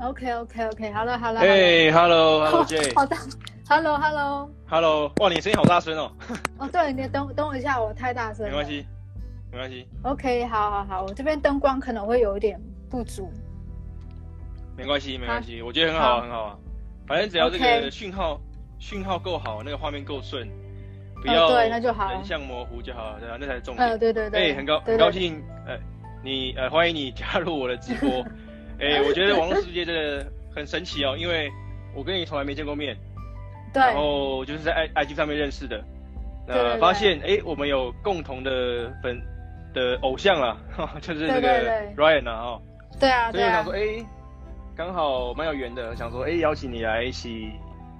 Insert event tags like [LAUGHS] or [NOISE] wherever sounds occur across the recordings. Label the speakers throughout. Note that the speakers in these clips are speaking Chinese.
Speaker 1: OK OK OK，Hello Hello，
Speaker 2: 哎，Hello，Hello
Speaker 1: [LAUGHS]
Speaker 2: J，
Speaker 1: 好大，Hello Hello，
Speaker 2: Hello，哇，你声音好大声哦，
Speaker 1: 哦对，你等等我一下，我太大声了，
Speaker 2: 没关。系，没关系，
Speaker 1: OK，好好好，我这边灯光可能会有一点不足。
Speaker 2: 没关系，没
Speaker 1: 好
Speaker 2: 关系，我觉得很好
Speaker 1: 好
Speaker 2: 啊，很好啊，反正只要这
Speaker 1: OK
Speaker 2: 个讯号讯号够好，那个画面够顺，不
Speaker 1: 哦
Speaker 2: 要
Speaker 1: 对那就好
Speaker 2: 人像模糊就好了，对啊吧？那才是重点。
Speaker 1: 呃，对对对，
Speaker 2: 哎，很高
Speaker 1: 对对
Speaker 2: 很高兴，呃，你呃欢迎你加入我的直
Speaker 1: [LAUGHS]
Speaker 2: 播。哎，我觉得网络世界真的很神奇哦，因为我跟你从来没见过面，然
Speaker 1: 对，
Speaker 2: 后就是在 i IG 上面认识的，
Speaker 1: 对对
Speaker 2: 呃，
Speaker 1: 对
Speaker 2: 发现哎我们有共同的粉的偶像啦， [LAUGHS] 就是
Speaker 1: 对
Speaker 2: 那
Speaker 1: 对
Speaker 2: 个
Speaker 1: 对
Speaker 2: Ryan 啊哦，
Speaker 1: 对啊
Speaker 2: 所
Speaker 1: 对
Speaker 2: 以我想
Speaker 1: 啊
Speaker 2: 说，哎，刚好蛮有缘的，想说哎邀请你来一起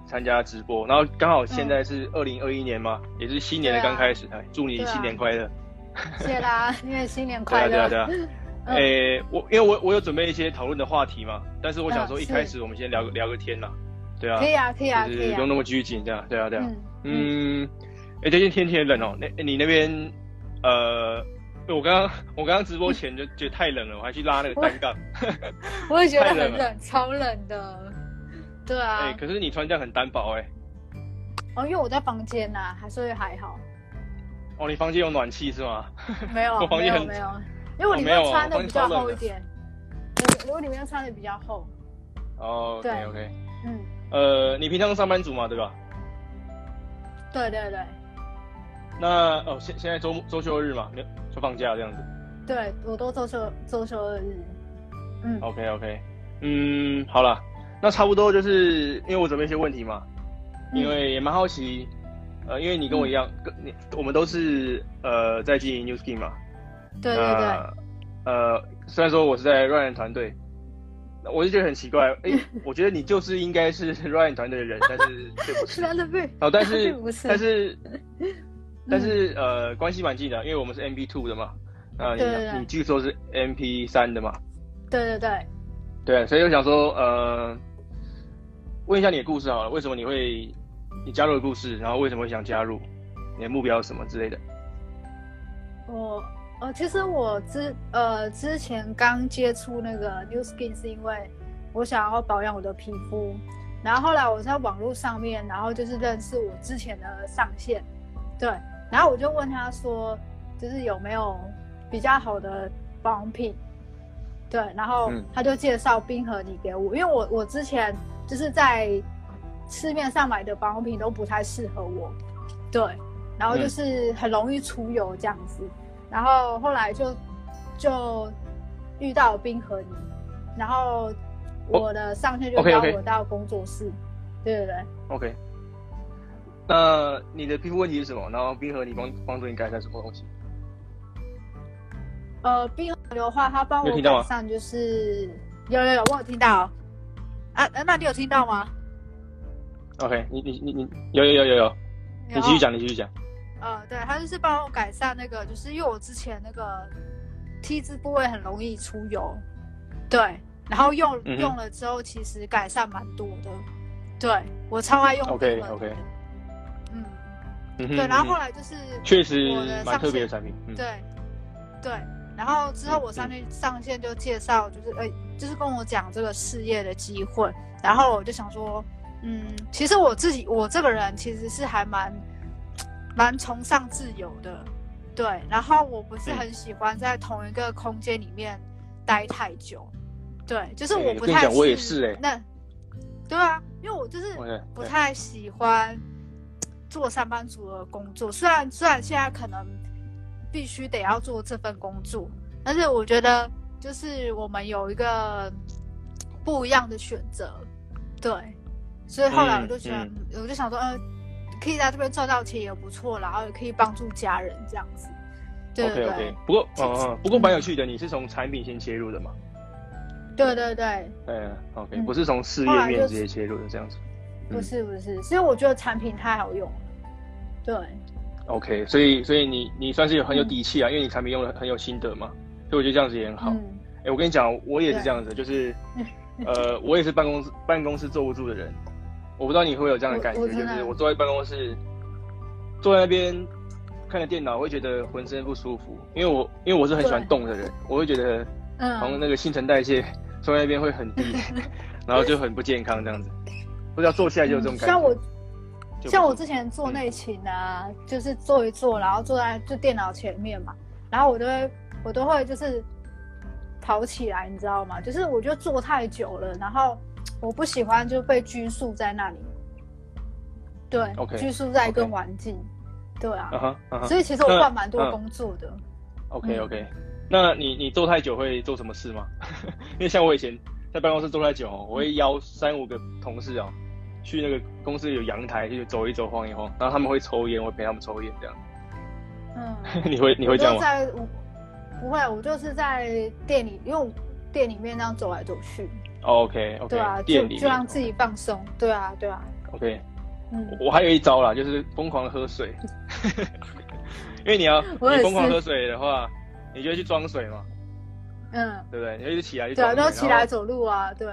Speaker 2: 参加直播，然后刚好现在是二零二一年嘛，也是新年的
Speaker 1: 嗯对啊
Speaker 2: 刚开始，哎，祝你
Speaker 1: 对啊
Speaker 2: 新年快乐。
Speaker 1: 啊谢谢大家，因为新年
Speaker 2: [LAUGHS] 对
Speaker 1: 快
Speaker 2: 啊，对啊，
Speaker 1: 乐。
Speaker 2: 对啊。
Speaker 1: [LAUGHS] 嗯
Speaker 2: 诶、我因为我我有准备一些讨论的话题嘛，但是我想说
Speaker 1: 嗯
Speaker 2: 一开始我们先聊个聊个天啦，对啊，
Speaker 1: 可以啊可以啊可
Speaker 2: 就是
Speaker 1: 以
Speaker 2: 不
Speaker 1: 啊
Speaker 2: 用。那么拘谨，这样，对啊，对啊，
Speaker 1: 嗯嗯，
Speaker 2: 嗯，诶，最近天气很冷哦，那诶你那边呃，我刚 [LAUGHS] 刚我刚刚直播
Speaker 1: [LAUGHS]
Speaker 2: 前就觉得太冷了，我还去拉那个单杠，
Speaker 1: 我也觉得
Speaker 2: 太
Speaker 1: 很
Speaker 2: 冷了
Speaker 1: 冷，超冷的。对
Speaker 2: 哎、
Speaker 1: 啊，
Speaker 2: 可是你穿这样很单薄哎、
Speaker 1: 哦，因为我在房间呐，还所以还
Speaker 2: [LAUGHS]
Speaker 1: 好，
Speaker 2: 哦，你房间有暖气是吗？
Speaker 1: 没有
Speaker 2: 我房
Speaker 1: 没
Speaker 2: 间
Speaker 1: 有
Speaker 2: 很
Speaker 1: 没有，因为我里
Speaker 2: 哦
Speaker 1: 面
Speaker 2: 没有
Speaker 1: 穿的
Speaker 2: 我房间
Speaker 1: 比较
Speaker 2: 超冷
Speaker 1: 厚
Speaker 2: 的
Speaker 1: 一点，我我里面穿的比较厚，
Speaker 2: 哦，OK
Speaker 1: 对
Speaker 2: OK，
Speaker 1: 嗯，
Speaker 2: 呃，你平常上班族嘛，对吧？
Speaker 1: 对对对
Speaker 2: 那哦，现现在周末周休日嘛，没有就放假这样子。
Speaker 1: 对，我都周休周休二日，嗯
Speaker 2: OK OK，嗯，好了，那差不多就是因为我准备一些问题嘛，
Speaker 1: 嗯
Speaker 2: 因为也蛮好奇，呃，因为你跟我一样，跟你我们都是呃在经营 New Skin 嘛，
Speaker 1: 嗯对对对。
Speaker 2: 那呃，虽然说我是在 Ryan 团队，那我就觉得很奇怪，哎、
Speaker 1: [LAUGHS]
Speaker 2: 我觉得你就是应该是 [LAUGHS] Ryan 团队的人，但是却不是，
Speaker 1: 真的被
Speaker 2: 哦，但
Speaker 1: 并
Speaker 2: 是
Speaker 1: 啊 [LAUGHS] 不是嗯
Speaker 2: 但是但是呃关系蛮近的，因为我们是 MP two 的嘛，啊、
Speaker 1: 对对对
Speaker 2: 你你据说是 MP 三的嘛，
Speaker 1: 对对对，
Speaker 2: 对，啊所以我想说，呃，问一下你的故事好了，为什么你会你加入的故事，然后为什么会想加入，你的目标是什么之类的？
Speaker 1: 我呃，其实我之呃之前刚接触那个 New Skin 是因为我想要保养我的皮肤，然后后来我在网络上面，然后就是认识我之前的上线，对，然后我就问他说，就是有没有比较好的保养品，对，然后
Speaker 2: 嗯
Speaker 1: 他就介绍冰河泥给我，因为我我之前就是在市面上买的保养品都不太适合我，对，然后就
Speaker 2: 嗯
Speaker 1: 是很容易出油这样子，然后后来就就遇到冰河泥，然后
Speaker 2: 哦
Speaker 1: 我的上线就
Speaker 2: OK，
Speaker 1: 邀
Speaker 2: OK
Speaker 1: 我到工作室，对对对。
Speaker 2: OK，那你的皮肤问题是什么？然后冰河你帮帮助你改善什么东西？
Speaker 1: 呃，冰河流话，他帮
Speaker 2: 有
Speaker 1: 我
Speaker 2: 听到吗
Speaker 1: 改善就是有有有，我有听到啊，啊那你有听到吗？
Speaker 2: OK，你你你你有有有有有，你继续讲，你继续讲。
Speaker 1: 呃，对，他就是帮我改善那个，就是因为我之前那个 T 字部位很容易出油，对，然后用、
Speaker 2: 嗯哼
Speaker 1: 用了之后，其实改善蛮多的，对我超爱用
Speaker 2: OK，
Speaker 1: 冰河的
Speaker 2: OK
Speaker 1: 嗯，
Speaker 2: 嗯哼，
Speaker 1: 对，然后后
Speaker 2: 嗯
Speaker 1: 来就是
Speaker 2: 哼确实
Speaker 1: 我的
Speaker 2: 蛮
Speaker 1: 上
Speaker 2: 特别的
Speaker 1: 线，
Speaker 2: 产品，嗯，
Speaker 1: 对对，然后之后我上去上线就介绍，就是呃，就是跟我讲这个事业的机会，然后我就想说，嗯，其实我自己我这个人其实是还蛮蛮崇尚自由的，对，然后我不
Speaker 2: 嗯
Speaker 1: 是很喜欢在同一个空间里面待太久，对，就是
Speaker 2: 哎
Speaker 1: 我
Speaker 2: 我
Speaker 1: 不
Speaker 2: 跟你
Speaker 1: 太
Speaker 2: 讲我也是哦哎
Speaker 1: 那对啊，因为我就是。
Speaker 2: OK，
Speaker 1: 不
Speaker 2: 对
Speaker 1: 太喜欢做上班族的工作，虽然虽然现在可能必须得要做这份工作，但是我觉得就是我们有一个不一样的选择，对，所以后来我就觉得，
Speaker 2: 嗯
Speaker 1: 我就想说，呃，可以在这边赚到钱也不错啦，然后也可以帮助家人这样子，对对
Speaker 2: OK
Speaker 1: 对
Speaker 2: OK，不过
Speaker 1: 这
Speaker 2: 嗯嗯，不过蛮有趣的，你是从产品先切入的嘛？
Speaker 1: 对对对，
Speaker 2: 嗯，OK，
Speaker 1: 嗯
Speaker 2: 不是从事
Speaker 1: 后
Speaker 2: 业
Speaker 1: 来就
Speaker 2: 面
Speaker 1: 是
Speaker 2: 直接切入的这样子。嗯
Speaker 1: 不是不是，是因为我觉得产品太好用了，对
Speaker 2: OK，所以所以你你算是有很有
Speaker 1: 嗯
Speaker 2: 底气啊，因为你产品用的很有心得嘛，所以我觉得这样子也很好。哎、
Speaker 1: 嗯，
Speaker 2: 我跟你讲，我也是这样
Speaker 1: [LAUGHS]
Speaker 2: 子，就是，呃，我也是办公室办公室坐不住的人，我不知道你会不会有这样的感觉，
Speaker 1: 我我
Speaker 2: 就
Speaker 1: 真的
Speaker 2: 是我坐在办公室，坐在那边看着电脑，我会觉得浑身不舒服，因为我因为我是很喜欢
Speaker 1: 对
Speaker 2: 动的人，我会觉得然后
Speaker 1: 嗯，
Speaker 2: 那个新陈代谢从那边会很
Speaker 1: [LAUGHS]
Speaker 2: 低，然后就很不健康这样子。不知道坐下来就有这种感觉。
Speaker 1: 像我
Speaker 2: 就不
Speaker 1: 像我
Speaker 2: 错
Speaker 1: 之前做内勤啊，就是做一做，然后坐在就电脑前面嘛，然后我都会我都会就是跑起来，你知道吗？就是我觉得坐太久了，然后我不喜欢就被拘束在那里，对
Speaker 2: OK，
Speaker 1: 拘束在一个
Speaker 2: OK
Speaker 1: 环境对啊
Speaker 2: 啊哈啊哈
Speaker 1: 所以其实我换蛮
Speaker 2: 嗯
Speaker 1: 多工作的。
Speaker 2: ，OK
Speaker 1: 嗯
Speaker 2: OK。那你你坐太久会做什么事吗？ [LAUGHS] 因为像我以前在办公室坐太久
Speaker 1: 嗯
Speaker 2: 哦，我会邀三五个同事哦，去那个公司有阳台去走一走晃一晃，然后他们会抽烟，我陪他们抽烟这样。 [LAUGHS]
Speaker 1: 嗯，
Speaker 2: 你会你
Speaker 1: 我
Speaker 2: [LAUGHS] 会这样
Speaker 1: 就
Speaker 2: 吗？
Speaker 1: 在我不会，啊我就是在店里，因为我店里面那样走来走去，
Speaker 2: OK OK，
Speaker 1: 对啊，
Speaker 2: 哦店
Speaker 1: 就
Speaker 2: 里
Speaker 1: 就让自
Speaker 2: 己
Speaker 1: 己放松，对啊，对啊，
Speaker 2: OK。
Speaker 1: 嗯，
Speaker 2: 我还有一招啦，就是疯狂地喝水， [LAUGHS] 因为你要
Speaker 1: 我也
Speaker 2: 你
Speaker 1: 是
Speaker 2: 疯狂喝水的话，你就会去装水嘛，
Speaker 1: 嗯，
Speaker 2: 对不对？你会一直起来去
Speaker 1: 对啊，
Speaker 2: 装水，
Speaker 1: 都起
Speaker 2: 然
Speaker 1: 来
Speaker 2: 后
Speaker 1: 走路啊，
Speaker 2: [LAUGHS]
Speaker 1: 对，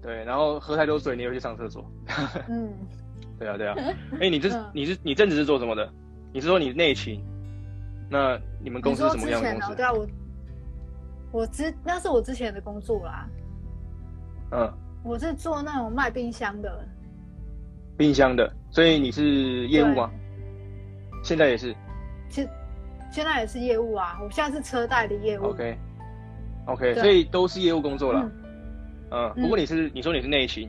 Speaker 2: 对，然后喝太多水，你也会去上厕所。
Speaker 1: 嗯，
Speaker 2: 对啊，对啊。哎、你这
Speaker 1: 嗯
Speaker 2: 你是你正职是做什么的？你是说你内勤？那你们公
Speaker 1: 你
Speaker 2: 司是
Speaker 1: 说
Speaker 2: 什么
Speaker 1: 之
Speaker 2: 样的
Speaker 1: 前
Speaker 2: 公
Speaker 1: 呢？
Speaker 2: 司
Speaker 1: 对？啊，我我之那是我之前的工作啦，
Speaker 2: 嗯，
Speaker 1: 我是做那种卖冰箱的，
Speaker 2: 冰箱的。所以你是业务啊吗？现在也是。
Speaker 1: 其实现在也是业务啊，我现在是车贷的业务
Speaker 2: OK。OK，
Speaker 1: 对
Speaker 2: 所以都是业务工作啦。
Speaker 1: 嗯，
Speaker 2: 嗯，不过你是你说你是内勤，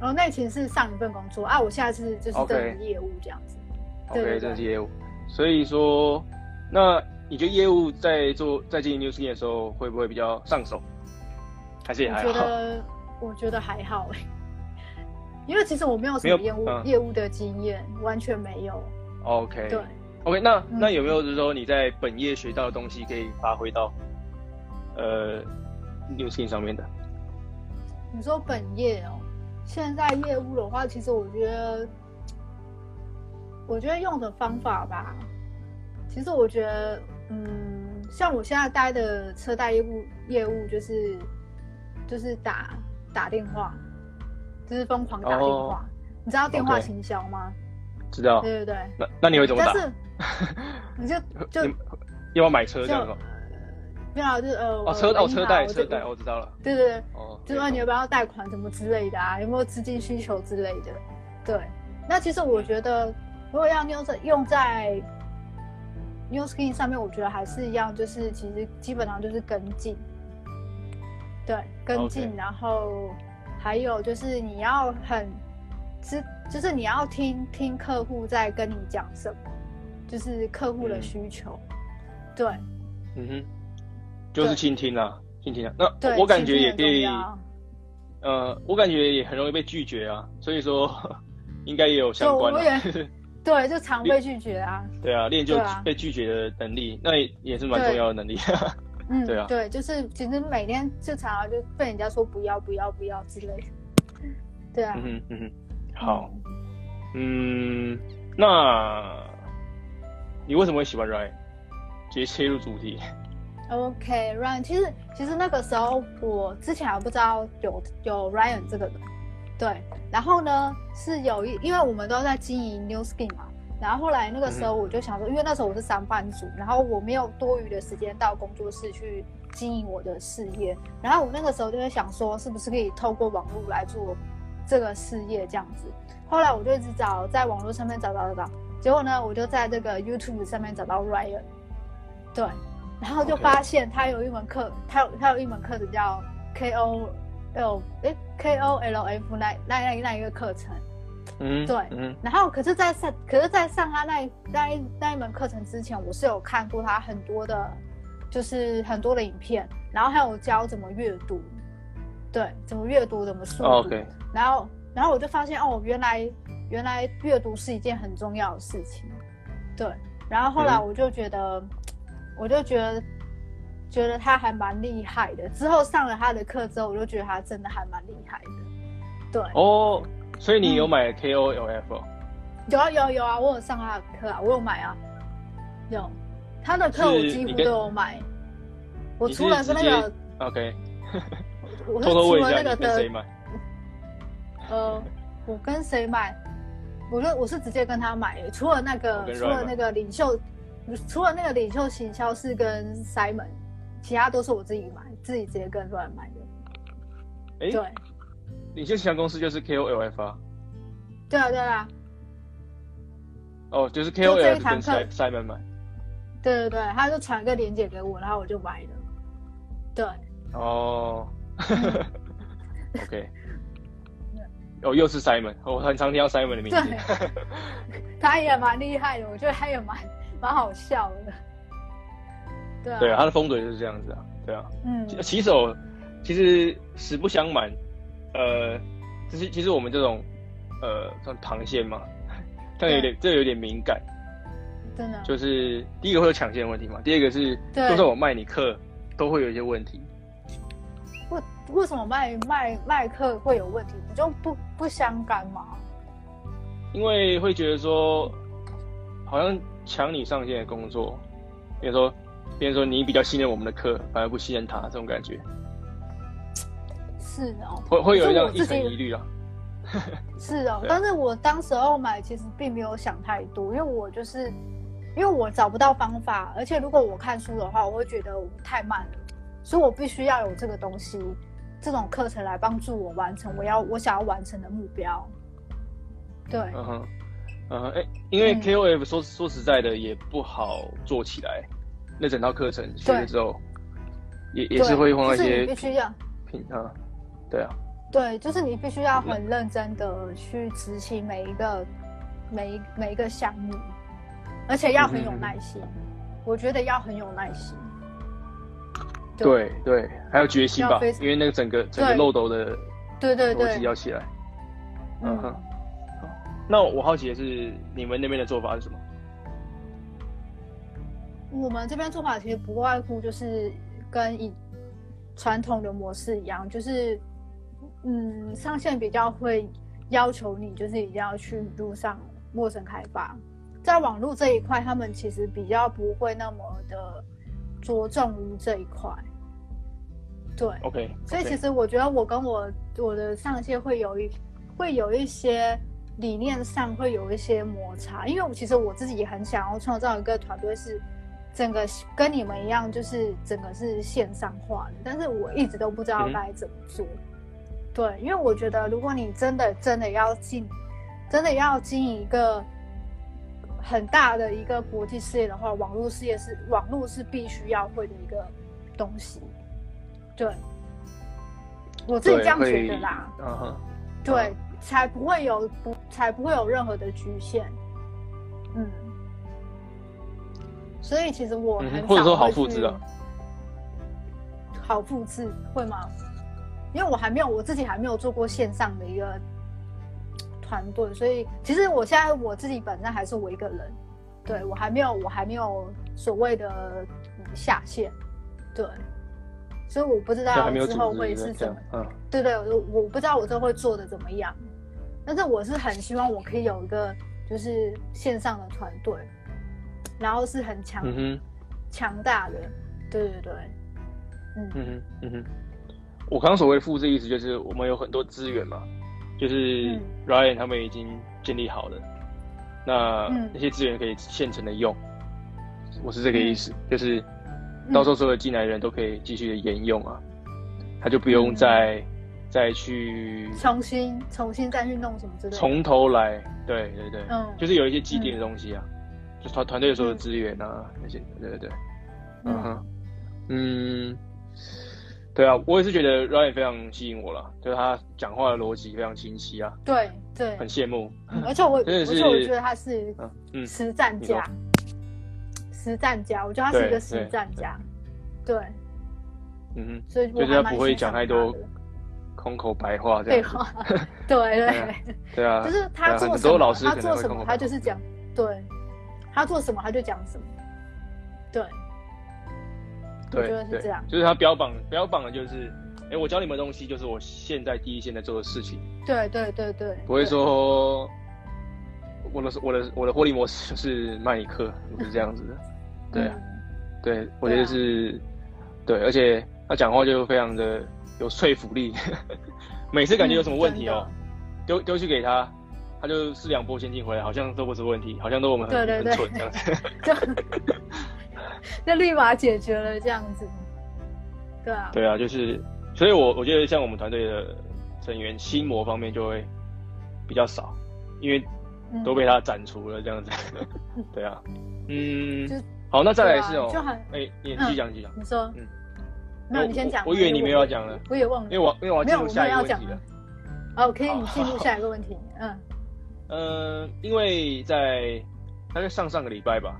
Speaker 1: 然后内勤是上一份工作啊，我现在是就是
Speaker 2: OK
Speaker 1: 正职业务这样子。对
Speaker 2: OK，
Speaker 1: 对对
Speaker 2: 这是业务。所以说，那你觉得业务在做在经营 New Skin 的时候，会不会比较上手？还是也
Speaker 1: 我
Speaker 2: 还
Speaker 1: 觉
Speaker 2: 好？
Speaker 1: 得我觉得还好哎、 [LAUGHS] 因为其实我没有什
Speaker 2: 没有
Speaker 1: 么业务、
Speaker 2: 嗯
Speaker 1: 业务的经验，完全没有。
Speaker 2: OK，
Speaker 1: 对，
Speaker 2: OK，那
Speaker 1: 嗯
Speaker 2: 那有没有就是说你在本业学到的东西可以发挥到呃 New Skin 上面的？
Speaker 1: 你说本业哦，现在业务的话，其实我觉得，我觉得用的方法吧，其实我觉得，嗯，像我现在待的车贷业务业务就是就是打打电话，就是疯狂打电话。你知道电话
Speaker 2: 哦 OK
Speaker 1: 行销吗
Speaker 2: 知道？
Speaker 1: 对对对。
Speaker 2: 那那你会怎么打
Speaker 1: 但？是
Speaker 2: [LAUGHS]
Speaker 1: 你就就
Speaker 2: 你要不要买车这
Speaker 1: 就
Speaker 2: 样子吗？
Speaker 1: 没有啊，就是呃，
Speaker 2: 哦，车哦，
Speaker 1: 我
Speaker 2: 车贷，
Speaker 1: 我
Speaker 2: 车贷，
Speaker 1: 我
Speaker 2: 我知道了。
Speaker 1: 对对对，
Speaker 2: 哦，
Speaker 1: 就是说你要不要贷款什么之类的啊，有没有资金需求之类的，对。那其实我觉得，如果要用在用在 New Skin 上面，我觉得还是一样，就是其实基本上就是跟进，对，跟进
Speaker 2: OK
Speaker 1: 然后还有就是你要很知，就是你要听听客户在跟你讲什么，就是客户的
Speaker 2: 嗯
Speaker 1: 需求，对
Speaker 2: 嗯哼，就是倾听啦，倾听啦。啊那
Speaker 1: 对，
Speaker 2: 我我感
Speaker 1: 倾
Speaker 2: 觉
Speaker 1: 听
Speaker 2: 也
Speaker 1: 很
Speaker 2: 可
Speaker 1: 重
Speaker 2: 以，
Speaker 1: 要
Speaker 2: 呃，我感觉也很容易被拒绝啊，所以说 [LAUGHS] 应该也有相关
Speaker 1: 我
Speaker 2: 啊。
Speaker 1: 也对，就常被拒绝啊。
Speaker 2: [LAUGHS] 对啊，练就
Speaker 1: 对啊
Speaker 2: 被拒绝的能力，那也也是蛮
Speaker 1: 对
Speaker 2: 重要的能力。 [LAUGHS]
Speaker 1: 嗯，
Speaker 2: 对啊
Speaker 1: 对，就是其实每天就常常就被人家说不要不要不要之类的，对啊
Speaker 2: 嗯，哼嗯哼，好，嗯，那你为什么会喜欢 Ryan？直接切入主题。
Speaker 1: OK Ryan，其实其实那个时候我之前还不知道有有 Ryan 这个人，对，然后呢是有一，因为我们都在经营 New Skin 嘛，然后后来那个时候我就想说，因为那时候我是上班族，然后我没有多余的时间到工作室去经营我的事业，然后我那个时候就在想说，是不是可以透过网络来做这个事业这样子，后来我就一直找在网络上面找找找找，结果呢我就在这个 YouTube 上面找到 Ryan，对。然后就
Speaker 2: OK
Speaker 1: 发现他有一门课，他有他有一门课程叫 K O L 哎 K O L F 那那那那一个课程，
Speaker 2: 嗯，
Speaker 1: 对
Speaker 2: 嗯，
Speaker 1: 然后可是在上可是在上他那一那一那一门课程之前，我是有看过他很多的，就是很多的影片，然后还有教怎么阅读，对，怎么阅读，怎么速读，
Speaker 2: 哦 OK，
Speaker 1: 然后然后我就发现哦，原来原来阅读是一件很重要的事情，对。然后后来
Speaker 2: 嗯
Speaker 1: 我就觉得，我就觉得觉得他还蛮厉害的。之后上了他的课之后，我就觉得他真的还蛮厉害的。对，
Speaker 2: 哦，所以你有买
Speaker 1: 嗯
Speaker 2: KOLF？哦
Speaker 1: 有啊有啊有啊，我有上他的课啊，我有买啊，有他的课我
Speaker 2: 是
Speaker 1: 几
Speaker 2: 你
Speaker 1: 乎
Speaker 2: 跟
Speaker 1: 都有买。我
Speaker 2: 你
Speaker 1: 除
Speaker 2: 是
Speaker 1: 了
Speaker 2: 直
Speaker 1: 跟那
Speaker 2: 接
Speaker 1: 个，
Speaker 2: OK，
Speaker 1: 我是
Speaker 2: 偷偷
Speaker 1: 除
Speaker 2: 问一
Speaker 1: 了
Speaker 2: 下
Speaker 1: 那
Speaker 2: 你
Speaker 1: 个
Speaker 2: 跟
Speaker 1: 的
Speaker 2: 谁买？
Speaker 1: 呃，我跟谁买？我就我是直接跟他买的，除了那
Speaker 2: 我
Speaker 1: 个
Speaker 2: 跟 Ryan
Speaker 1: 除了那个领袖，除了那个领袖行销是跟 Simon 其他都是我自己买，自己直接跟人买的。
Speaker 2: 哎、
Speaker 1: 对，
Speaker 2: 你现在想公司就是 KOLF 啊？
Speaker 1: 对啊，对啊，
Speaker 2: 哦，就是
Speaker 1: 就这一
Speaker 2: KOLF
Speaker 1: 堂
Speaker 2: 跟
Speaker 1: 课
Speaker 2: Simon Simon 买。
Speaker 1: 对对对，他就传个链接给我，然后我就买了。对，
Speaker 2: 哦
Speaker 1: 嗯
Speaker 2: [LAUGHS] ，OK，哦，又是 Simon，我很常听到 Simon 的名字。
Speaker 1: [LAUGHS] 他也蛮厉害的，我觉得他也蛮蛮好笑的。对啊，
Speaker 2: 对啊，他的风格就是这样子啊，对啊。
Speaker 1: 嗯，
Speaker 2: 其骑手其实实不相瞒，呃，其实其实我们这种呃算螃蟹嘛， [LAUGHS] 但有点这有点敏感，
Speaker 1: 真的，
Speaker 2: 就是第一个会有抢线的问题嘛，第二个是
Speaker 1: 对
Speaker 2: 就算我卖你课，都会有一些问题。
Speaker 1: 为为什么卖卖卖课会有问题？不就不不相干吗？
Speaker 2: 因为会觉得说，好像抢你上线的工作，比如说，别人说你比较信任我们的课，反而不信任他，这种感觉，
Speaker 1: 是哦，
Speaker 2: 会会有
Speaker 1: 可
Speaker 2: 这
Speaker 1: 是
Speaker 2: 样
Speaker 1: 我
Speaker 2: 一
Speaker 1: 自
Speaker 2: 层
Speaker 1: 己
Speaker 2: 疑虑啊。
Speaker 1: 是哦，
Speaker 2: 对啊
Speaker 1: 但是我当时候买其实并没有想太多，因为我就是因为我找不到方法，而且如果我看书的话，我会觉得我太慢了，所以我必须要有这个东西，这种课程来帮助我完成我要我想要完成的目标。对，
Speaker 2: 嗯哼，嗯哼，哎、因为
Speaker 1: 嗯
Speaker 2: KOF 说说实在的也不好做起来，那整套课程学了之后，也也是
Speaker 1: 对
Speaker 2: 会碰到一
Speaker 1: 就是
Speaker 2: 些
Speaker 1: 你必须要
Speaker 2: 平啊，对啊，
Speaker 1: 对，就是你必须要很
Speaker 2: 嗯
Speaker 1: 认真的去执行每一个每一每一个项目，而且要很有
Speaker 2: 嗯哼
Speaker 1: 耐心，我觉得要很有耐心。
Speaker 2: 对对，还有决心
Speaker 1: 要
Speaker 2: 吧
Speaker 1: 非，常
Speaker 2: 因为那个整个整个
Speaker 1: 对
Speaker 2: 漏斗的
Speaker 1: 对对
Speaker 2: 逻
Speaker 1: 对
Speaker 2: 辑，要起来。嗯哼
Speaker 1: 嗯，
Speaker 2: 好那我好奇的是，你们那边的做法是什么？
Speaker 1: 我们这边做法其实不外乎就是跟以传统的模式一样，就是嗯，上线比较会要求你就是一定要去路上陌生开发，在网络这一块，他们其实比较不会那么的着重于这一块，对。
Speaker 2: OK，
Speaker 1: 所以
Speaker 2: OK
Speaker 1: 其实我觉得我跟我我的上线会有一会有一些理念上会有一些摩擦，因为我其实我自己也很想要创造一个团队是整个跟你们一样，就是整个是线上化的，但是我一直都不知道
Speaker 2: 嗯哼
Speaker 1: 该怎么做。对，因为我觉得如果你真的真的要进，真的要经营一个很大的一个国际事业的话，网络事业是网络是必须要会的一个东西。对，我自己这样觉得啦。
Speaker 2: 对会嗯哼，
Speaker 1: 对，才不会有不才不会有任何的局限。嗯，所以其实我
Speaker 2: 嗯
Speaker 1: 很少、
Speaker 2: 哼或者说好复制啊，
Speaker 1: 好复制会吗？因为我还没有我自己还没有做过线上的一个团队，所以其实我现在我自己本身还是我一个人，对我还没有我还没有所谓的下线，对，所以我不知
Speaker 2: 这
Speaker 1: 道
Speaker 2: 还没有
Speaker 1: 之后
Speaker 2: 组织
Speaker 1: 会
Speaker 2: 这
Speaker 1: 是
Speaker 2: 样
Speaker 1: 什么。
Speaker 2: 嗯，
Speaker 1: 对对，我我不知道我这会做的怎么样，但是我是很希望我可以有一个就是线上的团队，然后是很强、
Speaker 2: 嗯哼，
Speaker 1: 强大的，对对对，嗯
Speaker 2: 嗯哼，嗯哼。我刚刚所谓的复制意思就是我们有很多资源嘛，就是
Speaker 1: 嗯
Speaker 2: Ryan 他们已经建立好了，那
Speaker 1: 嗯
Speaker 2: 那些资源可以现成的用，我是这个意思，就是
Speaker 1: 嗯
Speaker 2: 到时候所有进来的人都可以继续的沿用啊，他就不用
Speaker 1: 嗯
Speaker 2: 再再去
Speaker 1: 重新重新再去弄什么之类的，
Speaker 2: 从头来，对对对，
Speaker 1: 嗯
Speaker 2: 就是有一些既定的东西啊，就团团队所有的资源啊、那些，对对对，嗯
Speaker 1: 嗯
Speaker 2: 哼，嗯，对啊，我也是觉得 Ryan 非常吸引我了，就是他讲话的逻辑非常清晰啊，
Speaker 1: 对对，
Speaker 2: 很羡慕，
Speaker 1: 嗯而且我而
Speaker 2: 真的是
Speaker 1: 且我觉得他是
Speaker 2: 嗯嗯
Speaker 1: 实战
Speaker 2: 你
Speaker 1: 家，实战家，我觉得他是一
Speaker 2: 对
Speaker 1: 个实
Speaker 2: 对
Speaker 1: 战
Speaker 2: 对
Speaker 1: 家，对，
Speaker 2: 嗯
Speaker 1: 所以
Speaker 2: 哼，
Speaker 1: 我
Speaker 2: 就是
Speaker 1: 还
Speaker 2: 他
Speaker 1: 蛮
Speaker 2: 不会
Speaker 1: 欣
Speaker 2: 讲
Speaker 1: 赏
Speaker 2: 太
Speaker 1: 他
Speaker 2: 多
Speaker 1: 的
Speaker 2: 空口白话这
Speaker 1: 废
Speaker 2: 样子，
Speaker 1: 话， [LAUGHS] 对
Speaker 2: 对 [LAUGHS] 啊
Speaker 1: 对。
Speaker 2: 对啊，
Speaker 1: [LAUGHS] 就是
Speaker 2: 对
Speaker 1: 他
Speaker 2: 啊
Speaker 1: 做
Speaker 2: 很
Speaker 1: 什么，
Speaker 2: 多老师
Speaker 1: 他
Speaker 2: 可能
Speaker 1: 做
Speaker 2: 会
Speaker 1: 什
Speaker 2: 空
Speaker 1: 么
Speaker 2: 口，白
Speaker 1: 他
Speaker 2: 话
Speaker 1: 就是讲，对，他做什么他就讲什么，对，我
Speaker 2: 对
Speaker 1: 觉得是
Speaker 2: 对
Speaker 1: 这样，
Speaker 2: 就是他标榜标榜的就是，哎，我教你们的东西就是我现在第一线在做的事情。
Speaker 1: 对对对对，
Speaker 2: 不会
Speaker 1: 对，
Speaker 2: 说我的我的我的获利模式就是卖一克，不是这样子的。对啊，
Speaker 1: 嗯
Speaker 2: 对，我觉得是，对，而且他讲话就非常的有说服力，每次感觉有什么问题
Speaker 1: 嗯
Speaker 2: 哦，丢丢去给他，他就四两拨千斤回来，好像都不是问题，好像都我们很
Speaker 1: 对对对 [LAUGHS]
Speaker 2: 很蠢这样子。
Speaker 1: 就就立马解决了这样子，对啊，
Speaker 2: [LAUGHS] 对啊，就是，所以我我觉得像我们团队的成员心魔方面就会比较少，因为
Speaker 1: 嗯
Speaker 2: 都被他斩除了这样子。 [LAUGHS] 对啊，嗯
Speaker 1: 就，
Speaker 2: 好，那再来是
Speaker 1: 对啊就
Speaker 2: 哦
Speaker 1: 很，
Speaker 2: 哎、你
Speaker 1: 嗯
Speaker 2: 继续讲继续讲，
Speaker 1: 你说，
Speaker 2: 嗯
Speaker 1: 没有，
Speaker 2: 我
Speaker 1: 你先讲。
Speaker 2: 我我以为你没有要讲了，
Speaker 1: 我也忘了
Speaker 2: 因为。我因为我要
Speaker 1: 没
Speaker 2: 进
Speaker 1: 有，我
Speaker 2: 入
Speaker 1: 没
Speaker 2: 下
Speaker 1: 有
Speaker 2: 一个
Speaker 1: 要
Speaker 2: 问
Speaker 1: 讲
Speaker 2: 题了。。
Speaker 1: 哦，可以，你
Speaker 2: 好
Speaker 1: 进入下一个问题。嗯，
Speaker 2: 呃，因为在大概上上个礼拜吧，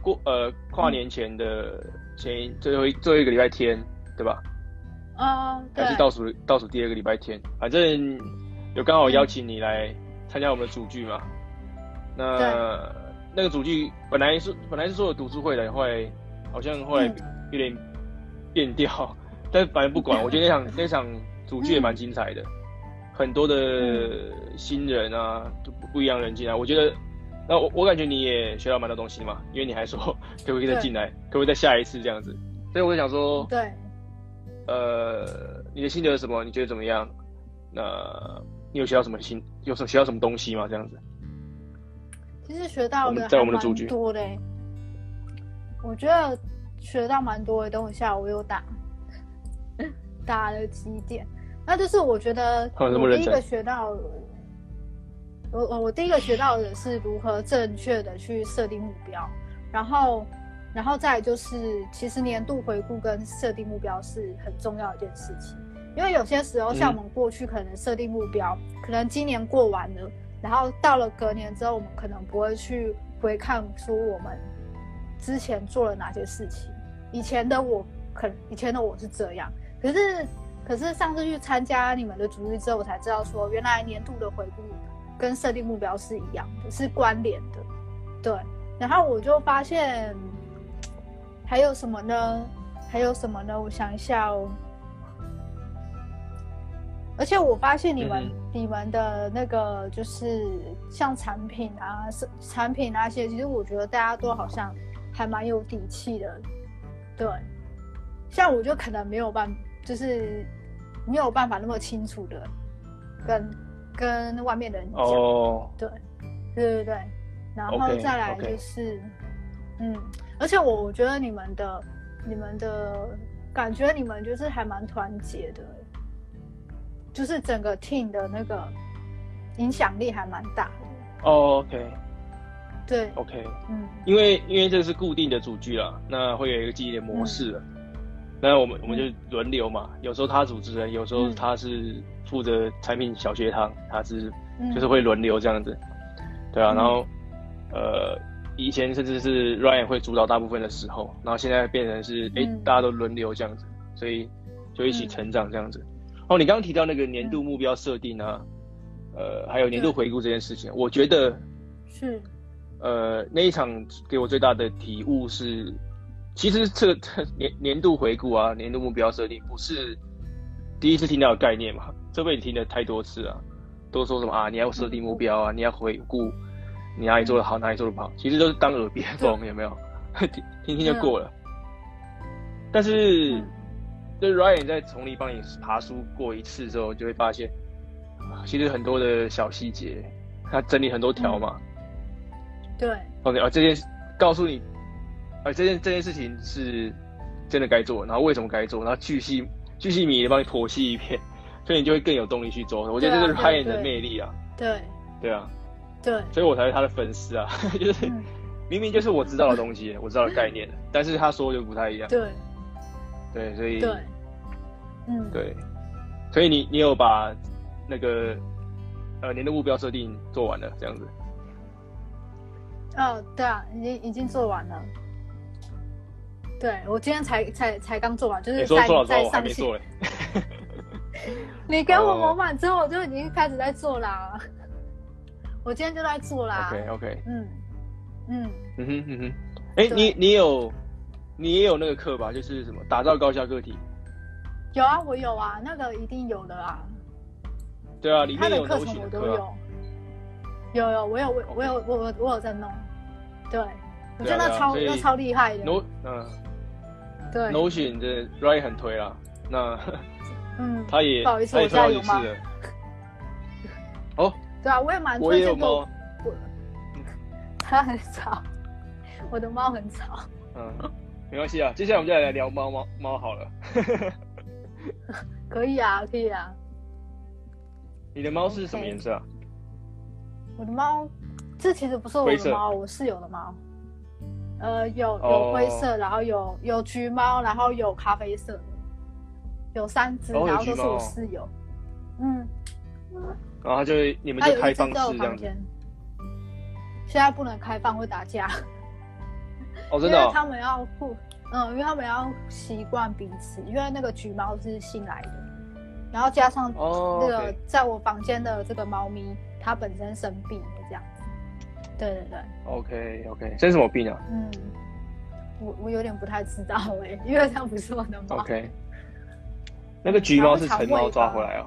Speaker 2: 过呃跨年前的前一最后一最后一个礼拜天，对吧？
Speaker 1: 哦，对
Speaker 2: 还，是倒数倒数第二个礼拜天，反正有刚好
Speaker 1: 嗯
Speaker 2: 邀请你来参加我们的组剧嘛。那那个组剧本来是本来是说有读书会的，后来好像后来
Speaker 1: 嗯
Speaker 2: 有点变调，但反正不管，我觉得那场
Speaker 1: [LAUGHS]
Speaker 2: 那场组剧也蛮精彩的，
Speaker 1: 嗯
Speaker 2: 很多的新人啊，就不不一样的人进来，我觉得。那我我感觉你也学到蛮多东西嘛，因为你还说 [LAUGHS] 可不可以再
Speaker 1: 对
Speaker 2: 进来，可不可以再下一次这样子，所以我就想说，
Speaker 1: 对，
Speaker 2: 呃，你的心得是什么？你觉得怎么样？那你有学到什么新？有什么学到什么东西吗？这样子，
Speaker 1: 其实学到
Speaker 2: 我们
Speaker 1: 的
Speaker 2: 在
Speaker 1: 还
Speaker 2: 我们的主角
Speaker 1: 蛮多的欸。我觉得学到蛮多的。等我一下，我又打打了几点？那就是我觉得
Speaker 2: 好
Speaker 1: 我
Speaker 2: 这么认
Speaker 1: 第一
Speaker 2: 真
Speaker 1: 个学到，我我我第一个学到的是如何正确的去设定目标，然后然后再来就是，其实年度回顾跟设定目标是很重要的一件事情。因为有些时候，像
Speaker 2: 嗯
Speaker 1: 我们过去可能设定目标，可能今年过完了，然后到了隔年之后，我们可能不会去回看说我们之前做了哪些事情。以前的我，可以前的我是这样，可是可是上次去参加你们的主日之后，我才知道说，原来年度的回顾跟设定目标是一样的，是关联的，对。然后我就发现，还有什么呢？还有什么呢？我想一下哦。而且我发现你们、
Speaker 2: 嗯
Speaker 1: 你们的那个就是像产品啊、是产品那些，其实我觉得大家都好像还蛮有底气的，对。像我就可能没有办，就是没有办法那么清楚的跟跟外面的人讲。
Speaker 2: 哦，
Speaker 1: 对，对对对，然后
Speaker 2: OK，
Speaker 1: 再来
Speaker 2: OK
Speaker 1: 就是嗯，而且我我觉得你们的你们的感觉，你们就是还蛮团结的，就是整个 team 的那个影响力还蛮大的。
Speaker 2: 哦，OK，OK，、
Speaker 1: 对，
Speaker 2: OK，
Speaker 1: 嗯，
Speaker 2: 因为因为这是固定的主剧啦，那会有一个记忆的模式
Speaker 1: 嗯
Speaker 2: 了。那我们我们就轮流嘛，有时候他主持人，有时候
Speaker 1: 嗯
Speaker 2: 他是负责产品小学堂，他是
Speaker 1: 嗯
Speaker 2: 就是会轮流这样子，对啊，
Speaker 1: 嗯
Speaker 2: 然后呃，以前甚至是 Ryan 会主导大部分的时候，然后现在变成是哎、诶
Speaker 1: 嗯
Speaker 2: 大家都轮流这样子，所以就一起
Speaker 1: 嗯
Speaker 2: 成长这样子。哦，你刚刚提到那个年度目标设定啊，呃，还有年度
Speaker 1: 对
Speaker 2: 回顾这件事情，我觉得
Speaker 1: 是，
Speaker 2: 呃，那一场给我最大的体悟是，其实这个年年度回顾啊，年度目标设定不是第一次听到的概念嘛，这被你听的太多次啊，都说什么啊，你要设定目标
Speaker 1: 嗯
Speaker 2: 啊，你要回顾你哪里做的好，哪里做的不好，其实都是当耳边风，有没 [LAUGHS] 有？听听听就过了。但是，
Speaker 1: 嗯
Speaker 2: 就是 Ryan 在从里帮你爬书过一次之后，就会发现，啊其实很多的小细节，他整理很多条嘛。
Speaker 1: 对，
Speaker 2: OK 啊，这件事告诉你，啊，这件这件事情是真的该做，然后为什么该做，然后巨细巨细靡的帮你剖析一遍，所以你就会更有动力去做。我觉得这是
Speaker 1: 对啊对
Speaker 2: Ryan 的
Speaker 1: 对
Speaker 2: 魅力啊，
Speaker 1: 对，
Speaker 2: 对啊，
Speaker 1: 对，
Speaker 2: 所以我才是他的粉丝啊， [LAUGHS] 就是
Speaker 1: 嗯，
Speaker 2: 明明就是我知道的东西，我知道的概念，但是他说就不太一样，
Speaker 1: 对，
Speaker 2: 对，所以
Speaker 1: 对，嗯，
Speaker 2: 对所以你你有把那个呃您的目标设定做完了这样子，
Speaker 1: 哦，对啊，已经已经做完了。对，我今天才才才刚做完，就
Speaker 2: 你
Speaker 1: 是
Speaker 2: 说
Speaker 1: 在
Speaker 2: 说老实话
Speaker 1: 在
Speaker 2: 我还
Speaker 1: 上
Speaker 2: 没
Speaker 1: 线
Speaker 2: 做嘞，
Speaker 1: 你给我
Speaker 2: 哦
Speaker 1: 模板之后，我就已经开始在做啦。我今天就在做啦。
Speaker 2: OK OK。
Speaker 1: 嗯嗯，
Speaker 2: 嗯哼嗯哼，哎、
Speaker 1: 对
Speaker 2: 你你有你也有那个课吧？就是什么打造高效个体？
Speaker 1: 有啊，我有啊，那个一定有的啦。
Speaker 2: 对啊，里
Speaker 1: 他
Speaker 2: 面有
Speaker 1: 课
Speaker 2: 柔
Speaker 1: 程
Speaker 2: 性
Speaker 1: 我都
Speaker 2: 的课、啊。
Speaker 1: 有，有有，我有我我有我我我有在弄。对，我觉得
Speaker 2: 对啊对
Speaker 1: 那
Speaker 2: 啊
Speaker 1: 超
Speaker 2: 所以
Speaker 1: 那超厉害的。
Speaker 2: No 嗯、
Speaker 1: 对
Speaker 2: n，o t i o n 的 Ryan 很推啦，
Speaker 1: [LAUGHS]
Speaker 2: 那
Speaker 1: 嗯，
Speaker 2: 他也
Speaker 1: 不好意思
Speaker 2: 他也
Speaker 1: 我
Speaker 2: 推好
Speaker 1: 家
Speaker 2: 几
Speaker 1: 有
Speaker 2: 次
Speaker 1: 猫
Speaker 2: 了。哦，
Speaker 1: 对啊，我也蛮
Speaker 2: 我也
Speaker 1: 推
Speaker 2: 有
Speaker 1: 荐
Speaker 2: 猫
Speaker 1: 过。，它很吵， [LAUGHS] 我的猫很吵。 [LAUGHS]
Speaker 2: 嗯，没关系啊。接下来我们就来聊猫猫猫好了。
Speaker 1: 可以啊，可以啊。
Speaker 2: 你的猫是什么颜色啊？
Speaker 1: 我的猫，这其实不是我
Speaker 2: 灰
Speaker 1: 的
Speaker 2: 色
Speaker 1: 猫，我室友的猫。呃，有有
Speaker 2: 哦
Speaker 1: 灰色，然后有有橘猫，然后有咖啡色的，有三只，
Speaker 2: 哦有
Speaker 1: 然后
Speaker 2: 橘
Speaker 1: 都是
Speaker 2: 猫
Speaker 1: 我
Speaker 2: 哦
Speaker 1: 室友。嗯，
Speaker 2: 然后它就你们
Speaker 1: 它
Speaker 2: 就
Speaker 1: 有一
Speaker 2: 开
Speaker 1: 只
Speaker 2: 放
Speaker 1: 在我
Speaker 2: 式这
Speaker 1: 房
Speaker 2: 样子
Speaker 1: 间。现在不能开放，会打架，
Speaker 2: 哦，
Speaker 1: 因
Speaker 2: 真的、
Speaker 1: 为他
Speaker 2: 哦，
Speaker 1: 们要互，嗯，因为他们要习惯彼此，因为那个橘猫是新来的，然后加上
Speaker 2: 哦
Speaker 1: 那个
Speaker 2: OK
Speaker 1: 在我房间的这个猫咪，它本身生病了这样子。对对对。
Speaker 2: OK OK，生什么病啊
Speaker 1: 嗯，我我有点不太知道哎、 [LAUGHS] 因为它不是我的猫。
Speaker 2: ？OK，那个橘猫是成猫抓回来哦，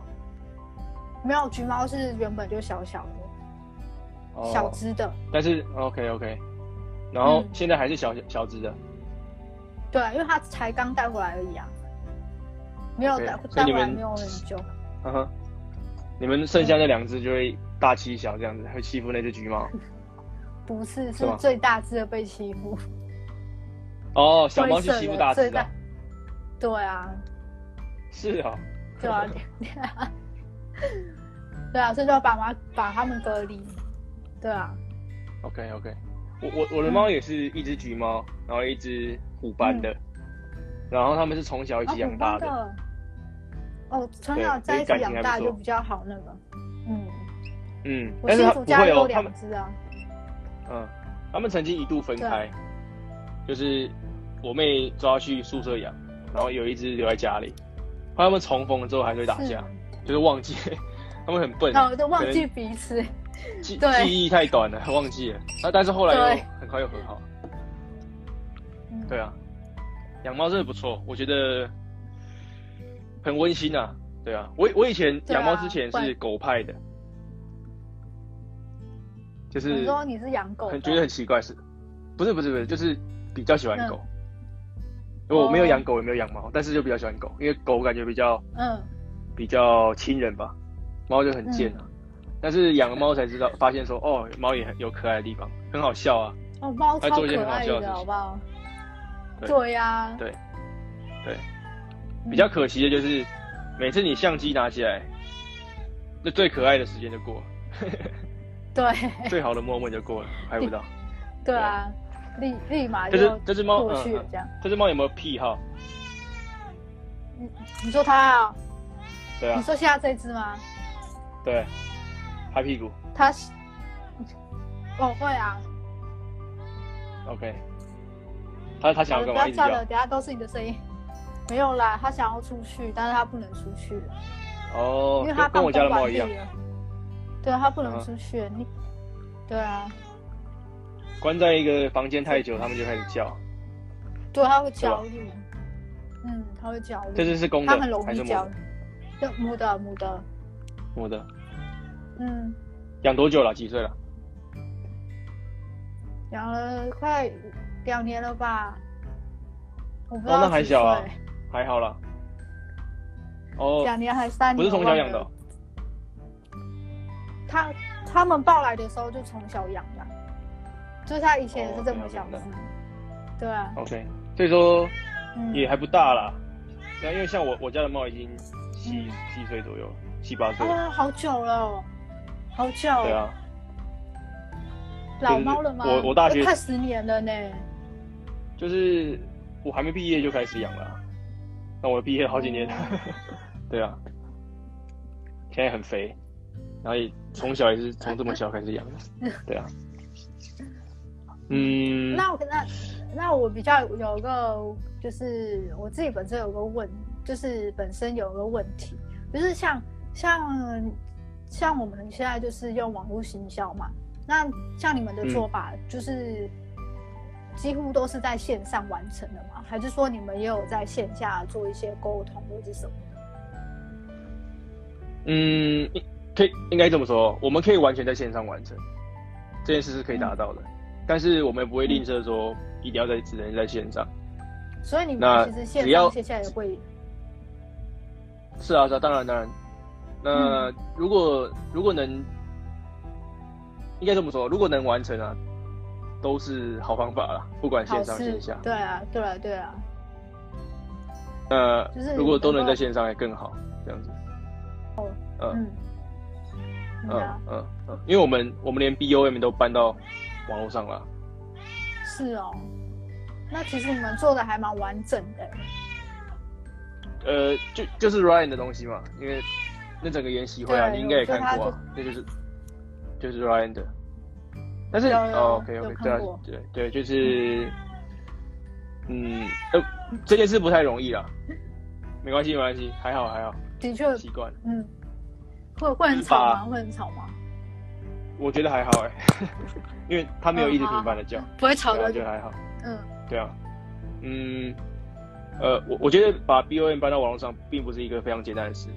Speaker 1: 没有橘猫是原本就小小的、小
Speaker 2: 哦，
Speaker 1: 只的，
Speaker 2: 但是 OK OK，然后
Speaker 1: 嗯
Speaker 2: 现在还是小小只的，
Speaker 1: 对，因为它才刚带回来而已啊，没有
Speaker 2: OK，
Speaker 1: 带
Speaker 2: 所以
Speaker 1: 带
Speaker 2: 你
Speaker 1: 回来
Speaker 2: 们
Speaker 1: 没有很久。
Speaker 2: 哈
Speaker 1: 嗯
Speaker 2: 哈，你们剩下那两只就会大欺小这样子，会欺负那只
Speaker 1: [LAUGHS]
Speaker 2: 橘猫。
Speaker 1: 不是，
Speaker 2: 是
Speaker 1: 是
Speaker 2: 吗
Speaker 1: 最大只的被欺负，
Speaker 2: 哦，小猫去
Speaker 1: 灰色
Speaker 2: 欺负
Speaker 1: 的
Speaker 2: 大只
Speaker 1: 最
Speaker 2: 的
Speaker 1: 大，。对啊，
Speaker 2: 是哦，
Speaker 1: 对
Speaker 2: [LAUGHS]
Speaker 1: 啊，对啊，所以就要把妈把它们隔离。对啊，
Speaker 2: OK OK，我我我的猫也是一只橘猫，然后一只虎斑的，然后它们是从小一
Speaker 1: 啊，
Speaker 2: 起养
Speaker 1: 嗯虎
Speaker 2: 大
Speaker 1: 斑
Speaker 2: 的，
Speaker 1: 的，哦，从
Speaker 2: 对
Speaker 1: 小在一
Speaker 2: 所
Speaker 1: 起
Speaker 2: 以感
Speaker 1: 养
Speaker 2: 情还
Speaker 1: 大
Speaker 2: 不
Speaker 1: 就
Speaker 2: 错
Speaker 1: 比较好那个，嗯。
Speaker 2: 嗯，
Speaker 1: 我
Speaker 2: 但是
Speaker 1: 新
Speaker 2: 它
Speaker 1: 竹
Speaker 2: 不
Speaker 1: 家
Speaker 2: 会
Speaker 1: 有
Speaker 2: 哦，它
Speaker 1: 两
Speaker 2: 们
Speaker 1: 只啊，
Speaker 2: 嗯，它们曾经一度分开，就是我妹抓去宿舍养，然后有一只留在家里，后来它们重逢了之后还是会打
Speaker 1: 是
Speaker 2: 架， [LAUGHS] 就是忘记，它们很笨，
Speaker 1: 那我都忘
Speaker 2: 可
Speaker 1: 记
Speaker 2: 能
Speaker 1: 彼此。
Speaker 2: 记
Speaker 1: 对
Speaker 2: 记忆太短了，忘记了，那但是后来
Speaker 1: 对
Speaker 2: 又很快又和好，
Speaker 1: 嗯
Speaker 2: 对，啊，养猫真的不错，我觉得很温馨啊。对啊，我我以前
Speaker 1: 对啊
Speaker 2: 养猫之前
Speaker 1: 不然
Speaker 2: 是狗派的，就是
Speaker 1: 你说你是养狗的，
Speaker 2: 很觉得很奇怪是，不是不是不是，就是比较喜欢
Speaker 1: 嗯
Speaker 2: 狗。因为我没有
Speaker 1: 哦
Speaker 2: 养狗，也没有养猫，但是就比较喜欢狗，因为狗感觉比较
Speaker 1: 嗯，
Speaker 2: 比较亲人吧，猫就很贱啊。
Speaker 1: 嗯
Speaker 2: 但是养了猫才知道，发现说哦，猫也很有可爱的地方，很好笑啊。
Speaker 1: 哦，猫
Speaker 2: 它
Speaker 1: 超
Speaker 2: 做一件
Speaker 1: 可
Speaker 2: 很好
Speaker 1: 爱
Speaker 2: 笑的事
Speaker 1: 的，
Speaker 2: 情
Speaker 1: 好不好？
Speaker 2: 对
Speaker 1: 对啊呀，
Speaker 2: 对对
Speaker 1: 嗯，
Speaker 2: 比较可惜的就是，每次你相机拿起来，那最可爱的时间就过了，
Speaker 1: 对 [LAUGHS] 啊
Speaker 2: 最好的 moment 就过了，拍不到。
Speaker 1: 对啊，立立马
Speaker 2: 这只
Speaker 1: 就
Speaker 2: 这只猫，
Speaker 1: 哎过
Speaker 2: 嗯
Speaker 1: 去了
Speaker 2: 嗯
Speaker 1: 这样。
Speaker 2: 这只猫有没有癖好？
Speaker 1: 你说它啊？
Speaker 2: 对
Speaker 1: 你
Speaker 2: 啊，
Speaker 1: 说现在这只吗？
Speaker 2: 对，拍屁股
Speaker 1: 它是，哦会啊，
Speaker 2: ，OK。他他想
Speaker 1: 好了，
Speaker 2: 要干
Speaker 1: 不
Speaker 2: 嘛？
Speaker 1: 要
Speaker 2: 一直
Speaker 1: 叫了，
Speaker 2: 叫。
Speaker 1: 等下都是你的声音。没有啦，它想要出去，但是它不能出去了。
Speaker 2: 哦
Speaker 1: 因为，它
Speaker 2: 跟跟
Speaker 1: 放
Speaker 2: 我家的
Speaker 1: 风
Speaker 2: 猫
Speaker 1: 完
Speaker 2: 一
Speaker 1: 毕
Speaker 2: 样，
Speaker 1: 了，对，它不能
Speaker 2: 嗯
Speaker 1: 出去。你，对啊，
Speaker 2: 关在一个房间太久，它们就开始叫。
Speaker 1: 对，它会焦虑，嗯，它会焦
Speaker 2: 这
Speaker 1: 虑，
Speaker 2: 只是公
Speaker 1: 它
Speaker 2: 的
Speaker 1: 很容
Speaker 2: 还
Speaker 1: 易
Speaker 2: 是母
Speaker 1: 焦
Speaker 2: 的
Speaker 1: 虑？。对，母的母的，
Speaker 2: 母的。
Speaker 1: 嗯，
Speaker 2: 养多久了？几岁了？
Speaker 1: 养了快两年了吧，我不知
Speaker 2: 哦
Speaker 1: 道、
Speaker 2: 那还小啊，还好啦。哦，
Speaker 1: 两年还是三年，
Speaker 2: 不是从小养的
Speaker 1: 我
Speaker 2: 哦
Speaker 1: 忘了。它他们抱来的时候就从小养的，就是它以前也是这么
Speaker 2: 哦
Speaker 1: 小
Speaker 2: 了
Speaker 1: 只
Speaker 2: 解了解，
Speaker 1: 对啊，
Speaker 2: ，OK。所以说
Speaker 1: 嗯，
Speaker 2: 也还不大啦。对啊，因为像我我家的猫已经
Speaker 1: 嗯
Speaker 2: 七七岁左右，七八岁了。
Speaker 1: 啊，好久了哦，好久，
Speaker 2: 对啊，
Speaker 1: 老猫了吗？
Speaker 2: 我我大学
Speaker 1: 都快十年了呢。
Speaker 2: 就是我还没毕业就开始养了啊，那我毕业好几年了。 [LAUGHS] 对啊，现在很肥，然后也从小也是从这么小开始养的。对啊，嗯，
Speaker 1: 那我那那我比较有个，就是我自己本身有个问，就是本身有个问题，就是像像像我们现在就是用网络行销嘛，那像你们
Speaker 2: 嗯
Speaker 1: 的做法就是。几乎都是在线上完成的吗？还是说你们也有在线下做一些沟通或者什么的？
Speaker 2: 嗯，应可以应该这么说，我们可以完全在线上完成这件事是可以达到的，但是我们也不会吝啬说一定要在只能在线上。
Speaker 1: 所以你
Speaker 2: 那
Speaker 1: 们其实线
Speaker 2: 只要
Speaker 1: 上线下也会，
Speaker 2: 是啊，是啊，当然当然。那、
Speaker 1: 嗯
Speaker 2: 如果如果能，啊应该这么说，如果能完成啊，都是好方法啦，不管
Speaker 1: 好
Speaker 2: 线上
Speaker 1: 事
Speaker 2: 线下。
Speaker 1: 对啊，对啊，对啊，
Speaker 2: 那
Speaker 1: 就是
Speaker 2: 如果都能
Speaker 1: 能够
Speaker 2: 在线上也更好，这样子。
Speaker 1: 嗯，对啊
Speaker 2: 嗯，嗯嗯，因为我们我们连 BOM 都搬到网络上了。
Speaker 1: 是哦。那其实你们做的还蛮完整的，
Speaker 2: 呃，就就是 Ryan 的东西嘛，因为那整个研习会啊，
Speaker 1: 对
Speaker 2: 你应该也看过
Speaker 1: 我
Speaker 2: 啊，那就是就是 Ryan 的。但是
Speaker 1: 有有
Speaker 2: 哦，OK
Speaker 1: 有
Speaker 2: OK，
Speaker 1: 看
Speaker 2: 对啊
Speaker 1: 过
Speaker 2: 对对，就是嗯呃，这件事不太容易啊，没关系没关系，还好还好，
Speaker 1: 的确，
Speaker 2: 习惯了，
Speaker 1: 嗯，会会很吵吗？会很吵吗？
Speaker 2: 我觉得还好哎、 [LAUGHS] 因为他没
Speaker 1: 嗯
Speaker 2: 有一直频繁的叫，
Speaker 1: 不会吵
Speaker 2: 对啊，
Speaker 1: 的，
Speaker 2: 就还好。
Speaker 1: 嗯，
Speaker 2: 对啊，嗯，呃，我我觉得把 B O M 搬到网络上，并不是一个非常简单的事，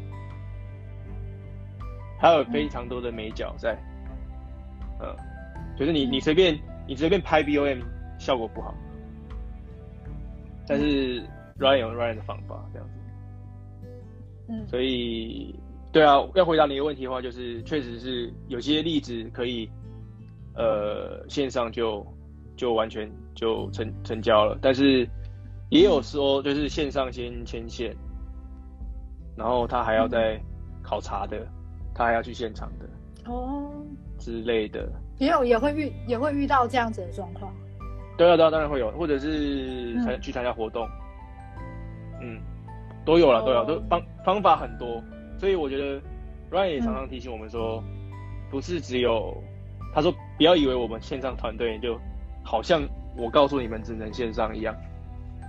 Speaker 2: 它有非常多的美角在，嗯，就是你
Speaker 1: 嗯
Speaker 2: 你随便你随便拍 B O M 效果不好，但是 Ryan 有 Ryan 的方法这样子，
Speaker 1: 嗯
Speaker 2: 所以对啊，要回答你一个问题的话，就是确实是有些例子可以，呃，线上就就完全就成成交了，但是也有说就是线上先牵线，然后他还要再考察的，他还要去现场的
Speaker 1: 哦，
Speaker 2: 之类的。
Speaker 1: 也有也会遇也会遇到这样子的状况，
Speaker 2: 对啊，对啊，当然会有，或者是参、去参加活动，嗯，都有了，都有，
Speaker 1: 哦
Speaker 2: 都方方法很多，所以我觉得 Ryan 也常
Speaker 1: 嗯
Speaker 2: 常提醒我们说，不是只有他说不要以为我们线上团队就好像我告诉你们只能线上一样，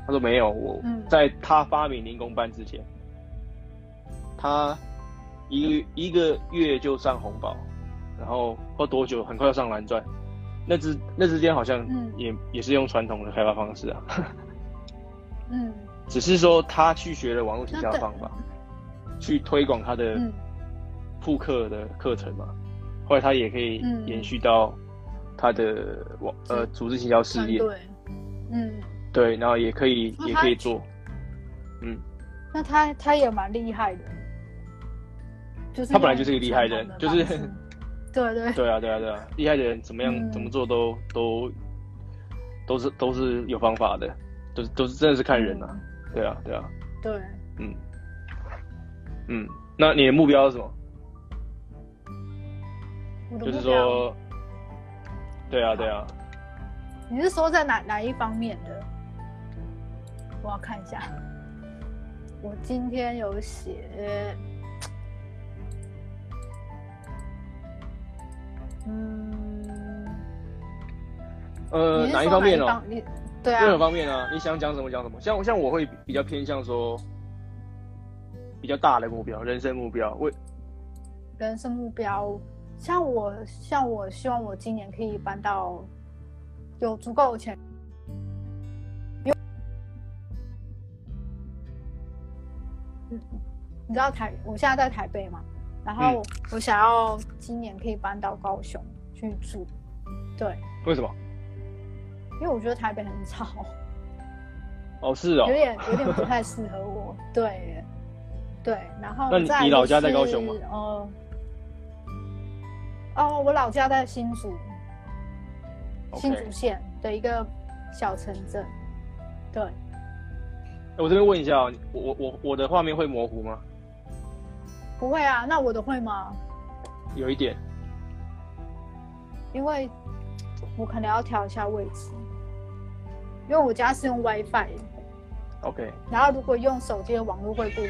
Speaker 2: 他说没有，我
Speaker 1: 嗯
Speaker 2: 在他发明零工班之前，他一个一个月就上红宝，然后不知道多久很快要上蓝钻，那之那之间好像
Speaker 1: 嗯
Speaker 2: 也、也是用传统的开发方式啊，
Speaker 1: 嗯
Speaker 2: 只是说他去学了网络营销的方法，去推广他的
Speaker 1: 嗯
Speaker 2: 复课的课程嘛，后来他也可以
Speaker 1: 嗯
Speaker 2: 延续到他的网、呃
Speaker 1: 是
Speaker 2: 组织行销事
Speaker 1: 团
Speaker 2: 业，
Speaker 1: 队，嗯，
Speaker 2: 对，然后也可以
Speaker 1: 那
Speaker 2: 也
Speaker 1: 他
Speaker 2: 可以做，
Speaker 1: 那他他也蛮厉害的，就是
Speaker 2: 他本来就是个厉害人
Speaker 1: 用传
Speaker 2: 就
Speaker 1: 统
Speaker 2: 是
Speaker 1: 的方式对对
Speaker 2: 对啊对啊对啊，厉害的人怎么样、
Speaker 1: 嗯
Speaker 2: 怎么做都都都是都是有方法的，都是都是真的是 [LAUGHS] 看人
Speaker 1: 嗯
Speaker 2: 啊，对啊对啊，
Speaker 1: 对，
Speaker 2: 嗯嗯，那你的目标是什么？
Speaker 1: 我的
Speaker 2: 就是
Speaker 1: 目标，
Speaker 2: 说，对啊，对啊，
Speaker 1: 你是说在哪哪一方面的？我要看一下，我今天有写，嗯，
Speaker 2: 呃，
Speaker 1: 你是
Speaker 2: 哪一
Speaker 1: 说
Speaker 2: 方面
Speaker 1: 哪
Speaker 2: 哦？
Speaker 1: 一？你对
Speaker 2: 任何
Speaker 1: 啊，
Speaker 2: 方面啊，你想讲什么讲什么。像像我会比较偏向说，比较大的目标，人生目标。为
Speaker 1: 人生目标，像我，像我希望我今年可以搬到有足够的钱，有，你知道台，我现在在台北嘛，然后我想要今年可以搬到高雄去住，对，
Speaker 2: 为什么？
Speaker 1: 因为我觉得台北很吵，
Speaker 2: 哦，是哦
Speaker 1: 有，点有点不太适合我， [LAUGHS] 对，对，然后
Speaker 2: 那你
Speaker 1: 再
Speaker 2: 你老家
Speaker 1: 就是
Speaker 2: 在高雄吗？
Speaker 1: 哦、哦，我老家在新竹。新
Speaker 2: OK
Speaker 1: 竹县的一个小城镇。对，
Speaker 2: 我这边问一下哦，你我我我我的画面会模糊吗？
Speaker 1: 不会啊，那我的会吗？
Speaker 2: 有一点。
Speaker 1: 因为我可能要调一下位置，因为我家是用 WiFi，的
Speaker 2: OK，
Speaker 1: 然后如果用手机的网络会不稳，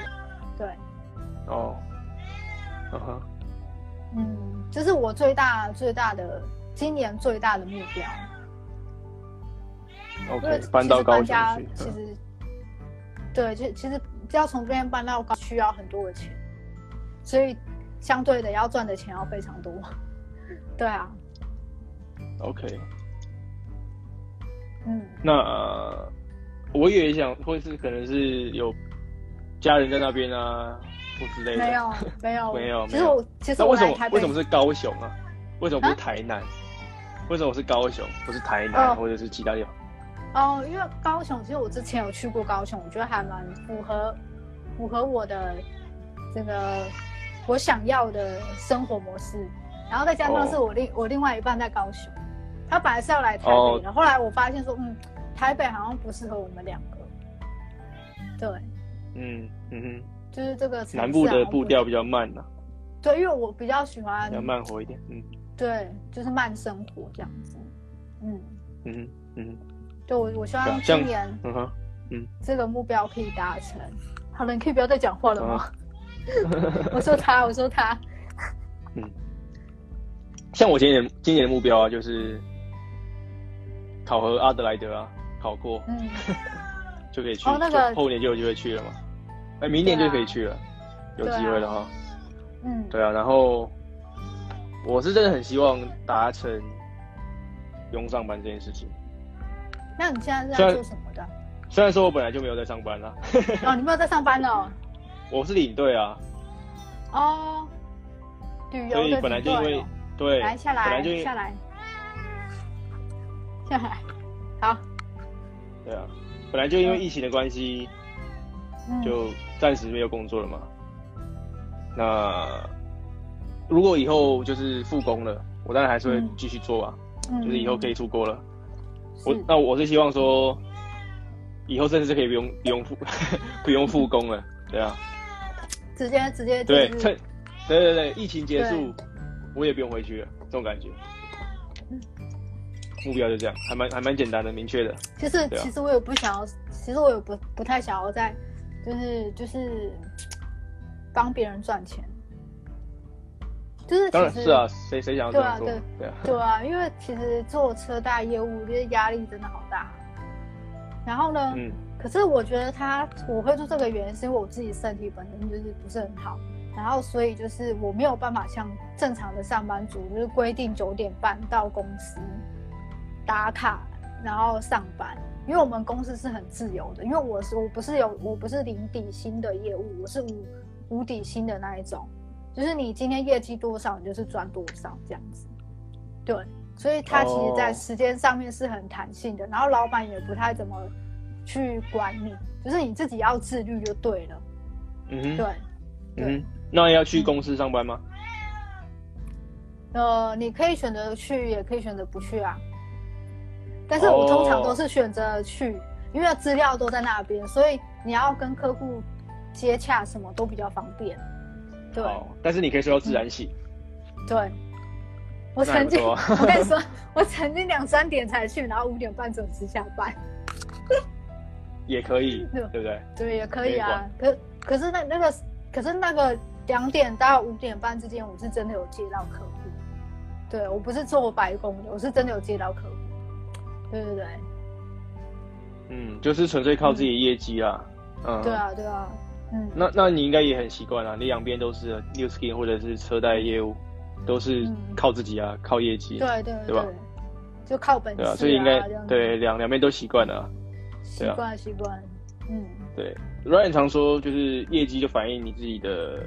Speaker 1: 对，
Speaker 2: 哦，嗯哼，
Speaker 1: 嗯，这是我最大最大的今年最大的目标。因为
Speaker 2: ，OK，
Speaker 1: 其实
Speaker 2: 搬到高雄
Speaker 1: 家
Speaker 2: 去。
Speaker 1: 其
Speaker 2: 嗯
Speaker 1: 实对，其其实要从这边搬到高需要很多的钱，所以相对的要赚的钱要非常多。 [LAUGHS] 对啊，
Speaker 2: OK，
Speaker 1: 嗯，
Speaker 2: 那、呃我也想，或是可能是有家人在那边啊，或之类的。
Speaker 1: 没有没有
Speaker 2: 没有
Speaker 1: 其
Speaker 2: 没
Speaker 1: 实
Speaker 2: 有
Speaker 1: 我其实
Speaker 2: 那
Speaker 1: 我
Speaker 2: 为什
Speaker 1: 来
Speaker 2: 么
Speaker 1: 台北，
Speaker 2: 为什么是高雄啊？为什么不是
Speaker 1: 啊
Speaker 2: 台南？为什么是高雄，不是台南，
Speaker 1: 哦
Speaker 2: 或者是其他地方？
Speaker 1: 哦，因为高雄，其实我之前有去过高雄，我觉得还蛮符合符合我的这个我想要的生活模式。然后再加上
Speaker 2: 哦
Speaker 1: 是我另、我另外一半在高雄，他本来是要来台
Speaker 2: 哦
Speaker 1: 北的，后来我发现说，嗯，台北好像不适合我们两个。对，
Speaker 2: 嗯嗯哼，
Speaker 1: 就是这个城市啊
Speaker 2: 南部的步调比较慢呐、
Speaker 1: 对，因为我比较喜欢
Speaker 2: 比较慢活一点。嗯
Speaker 1: 对，就是慢生活这样子。嗯，
Speaker 2: 嗯哼嗯
Speaker 1: 就我我希
Speaker 2: 对啊
Speaker 1: 望
Speaker 2: 像
Speaker 1: 今年
Speaker 2: 哼嗯哼。
Speaker 1: 这个目标可以达成。好了，你可以不要再讲话了
Speaker 2: 啊
Speaker 1: 吗？ [LAUGHS] 我说他，我说他，
Speaker 2: 像我今年今年的目标啊，就是考核阿德莱德啊，考过
Speaker 1: 嗯，
Speaker 2: 就可以去，
Speaker 1: 哦那个啊
Speaker 2: 就后年就有机会去了嘛。哎，明年就可以去了，有
Speaker 1: 对啊
Speaker 2: 机会的哈。
Speaker 1: 嗯，
Speaker 2: 对啊，然后我是真的很希望达成不用上班这件事情。
Speaker 1: 那你现在是
Speaker 2: 虽
Speaker 1: 在
Speaker 2: 然
Speaker 1: 做什么的？
Speaker 2: 虽然说我本来就没有在上班
Speaker 1: [LAUGHS]
Speaker 2: 啦、
Speaker 1: 哦，你没有在上班了
Speaker 2: 我是领队啊，
Speaker 1: 哦，旅游
Speaker 2: 所
Speaker 1: 的
Speaker 2: 以
Speaker 1: 领
Speaker 2: 本来就因
Speaker 1: 队
Speaker 2: 为
Speaker 1: 哦
Speaker 2: 对，
Speaker 1: 来下
Speaker 2: 本来
Speaker 1: 来
Speaker 2: 就因
Speaker 1: 下来下来，好，
Speaker 2: 对啊，本来就因为疫情的关系，
Speaker 1: 嗯，
Speaker 2: 就暂时没有工作了嘛。那如果以后就是复工了，我当然还是会
Speaker 1: 嗯
Speaker 2: 继续做啊，
Speaker 1: 嗯
Speaker 2: 就是以后可以出国了。我
Speaker 1: 是
Speaker 2: 那我是希望说，以后甚至是可以不用不用复 [LAUGHS] 不用复工了，对啊，
Speaker 1: 直接直接就
Speaker 2: [LAUGHS] 对，
Speaker 1: 是
Speaker 2: 趁对对对，疫情结束，我也不用回去了，这种感觉
Speaker 1: 嗯。
Speaker 2: 目标就这样，还蛮还蛮简单的，明确的。
Speaker 1: 其实
Speaker 2: 对啊
Speaker 1: 其实我也不想要，其实我也不不太想要再，就是就是帮别人赚钱，就是
Speaker 2: 当然
Speaker 1: 其实
Speaker 2: 是啊，谁谁想要这样做
Speaker 1: 对啊？
Speaker 2: 对啊，
Speaker 1: 对啊，因为其实做车贷业务，这压力真的好大。然后呢，
Speaker 2: 嗯
Speaker 1: 可是我觉得他我会做这个原因，是因为我自己身体本身就是不是很好，然后所以就是我没有办法像正常的上班族，就是规定九点半到公司打卡，然后上班。因为我们公司是很自由的，因为我是我不是有我不是零底薪的业务，我是无无底薪的那一种，就是你今天业绩多少，你就是赚多少这样子。对，所以他其实在
Speaker 2: 哦
Speaker 1: 时间上面是很弹性的，然后老板也不太怎么去管你，就是你自己要自律就对了。
Speaker 2: 嗯哼，
Speaker 1: 对，嗯
Speaker 2: 嗯哼，那要去公司上班吗？
Speaker 1: 呃，你可以选择去，也可以选择不去啊。但是我通常都是选择去，因为资料都在那边，所以你要跟客户接洽什么都比较方便。对
Speaker 2: 哦，但是你可以睡到自然醒。
Speaker 1: 对，我
Speaker 2: 那
Speaker 1: 曾
Speaker 2: 还不
Speaker 1: 经，
Speaker 2: 错啊
Speaker 1: [LAUGHS] 我跟你说，我曾经两三点才去，然后五点半准时下班。
Speaker 2: 也可以，
Speaker 1: 嗯对
Speaker 2: 对不对？
Speaker 1: 对，也可以
Speaker 2: 没
Speaker 1: 啊
Speaker 2: 管。
Speaker 1: 可可是那那个，可是那个两点到五点半之间，我是真的有接到客户。对我不是做白工的，我是真的有接到客户。对对对，
Speaker 2: 嗯，就是纯粹靠自己的业绩啦。嗯，
Speaker 1: 对。啊对啊，嗯，
Speaker 2: 那那你应该也很习惯啊，你两边都是 New Skin 或者是车贷业务，都是
Speaker 1: 嗯
Speaker 2: 靠自己啊，靠业绩。
Speaker 1: 对对
Speaker 2: 对吧
Speaker 1: 就靠本事
Speaker 2: 对
Speaker 1: 啊，
Speaker 2: 啊，所以应该
Speaker 1: 这样子
Speaker 2: 对两两边都习惯了啊。
Speaker 1: 习
Speaker 2: 对啊
Speaker 1: 惯习惯，嗯，
Speaker 2: 对，Ryan 常说就是业绩就反映你自己的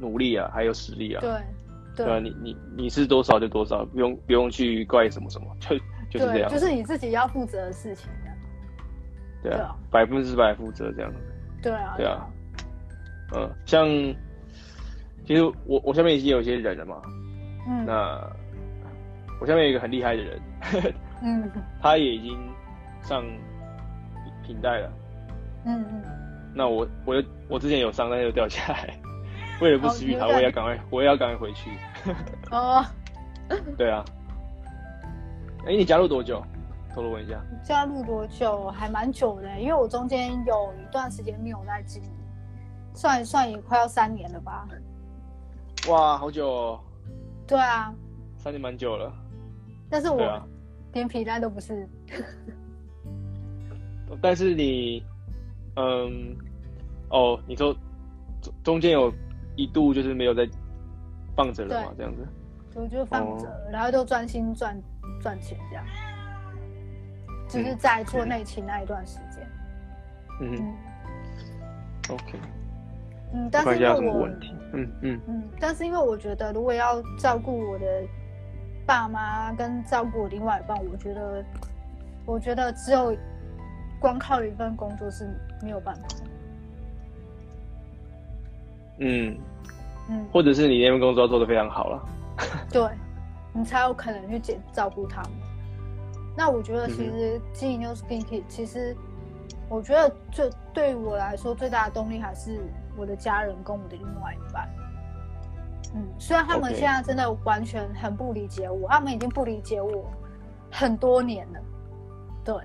Speaker 2: 努力啊，还有实力啊。
Speaker 1: 对
Speaker 2: 对啊，
Speaker 1: 对
Speaker 2: 你你你是多少就多少，不用不用去怪什么什么，就就是这
Speaker 1: 对，
Speaker 2: 样。
Speaker 1: 就是你自己要负责的事情啊
Speaker 2: 对
Speaker 1: 对
Speaker 2: 啊
Speaker 1: 啊，
Speaker 2: 百分之百负责这样子。
Speaker 1: 对啊
Speaker 2: 对啊，嗯，像其实我我下面已经有一些人了嘛，
Speaker 1: 嗯
Speaker 2: 那我下面有一个很厉害的人， [LAUGHS]
Speaker 1: 嗯
Speaker 2: 他也已经上平带了。
Speaker 1: 嗯嗯，
Speaker 2: 那我我我之前有上，但是又掉下来， [LAUGHS] 为了不失去
Speaker 1: 哦
Speaker 2: 他，
Speaker 1: 你有
Speaker 2: 我也要赶快，我也要赶快回去。
Speaker 1: 哦，
Speaker 2: 对啊，哎、你加入多久？透露问一下。
Speaker 1: 加入多久？还蛮久的，欸因为我中间有一段时间没有在经营，算一算也快要三年了吧。
Speaker 2: 哇，好久、哦，
Speaker 1: 对啊，
Speaker 2: 三年蛮久了。
Speaker 1: 但是
Speaker 2: 对
Speaker 1: 我
Speaker 2: 啊，
Speaker 1: 连皮带都不是。
Speaker 2: 但是你，嗯，哦，你说中中间有一度就是没有在放着了嘛，
Speaker 1: 对
Speaker 2: 这样子。
Speaker 1: 我就放着，
Speaker 2: 哦
Speaker 1: 然后就专心赚赚钱，这样，嗯就是在做内勤那一段时间。
Speaker 2: 嗯哼
Speaker 1: 嗯
Speaker 2: ，OK。
Speaker 1: 嗯，但
Speaker 2: 看
Speaker 1: 是
Speaker 2: 一
Speaker 1: 因
Speaker 2: 下有什
Speaker 1: 为
Speaker 2: 么
Speaker 1: 我
Speaker 2: 问题。嗯嗯
Speaker 1: 嗯，但是因为我觉得如果要照顾我的爸妈跟照顾我另外一半，我觉得我觉得只有光靠一份工作是没有办法的。
Speaker 2: 嗯，
Speaker 1: 嗯，
Speaker 2: 或者是你那份工作做得非常好了。
Speaker 1: 对，你才有可能去
Speaker 2: 嗯
Speaker 1: 解照顾他们。那我觉得其实经营 New Skin 其实我觉得最对于我来说最大的动力还是我的家人跟我的另外一半。嗯，虽然他们
Speaker 2: OK
Speaker 1: 现在真的完全很不理解我，他们已经不理解我很多年了。对，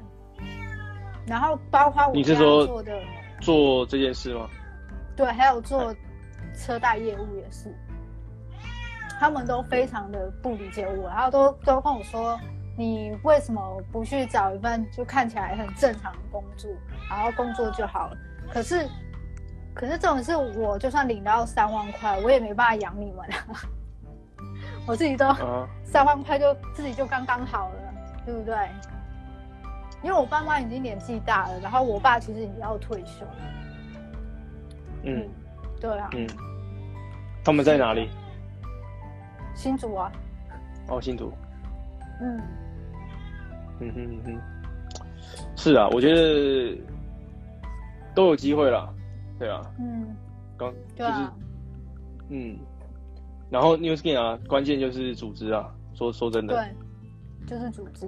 Speaker 1: 然后包括我
Speaker 2: 你是
Speaker 1: 现在
Speaker 2: 说
Speaker 1: 做的，
Speaker 2: 做这件事吗？
Speaker 1: 对，还有做车贷业务也是，他们都非常的不理解我，然后都都跟我说，你为什么不去找一份就看起来很正常的工作，然后工作就好了？可是，可是这种事，我就算领到三万块，我也没办法养你们啊， [LAUGHS] 我自己都
Speaker 2: 啊，
Speaker 1: 三万块就自己就刚刚好了，对不对？因为我爸妈已经年纪大了，然后我爸其实已经要退休了，
Speaker 2: 嗯
Speaker 1: 对啊，
Speaker 2: 嗯，他们在哪里？
Speaker 1: 新竹啊，
Speaker 2: 哦，新竹。
Speaker 1: 嗯，
Speaker 2: 嗯哼嗯哼，是啊，我觉得都有机会啦。对啊，
Speaker 1: 嗯，
Speaker 2: 刚
Speaker 1: 对啊，
Speaker 2: 嗯，然后 New Skin 啊，关键就是组织啊。说说真的，
Speaker 1: 对，就是组织，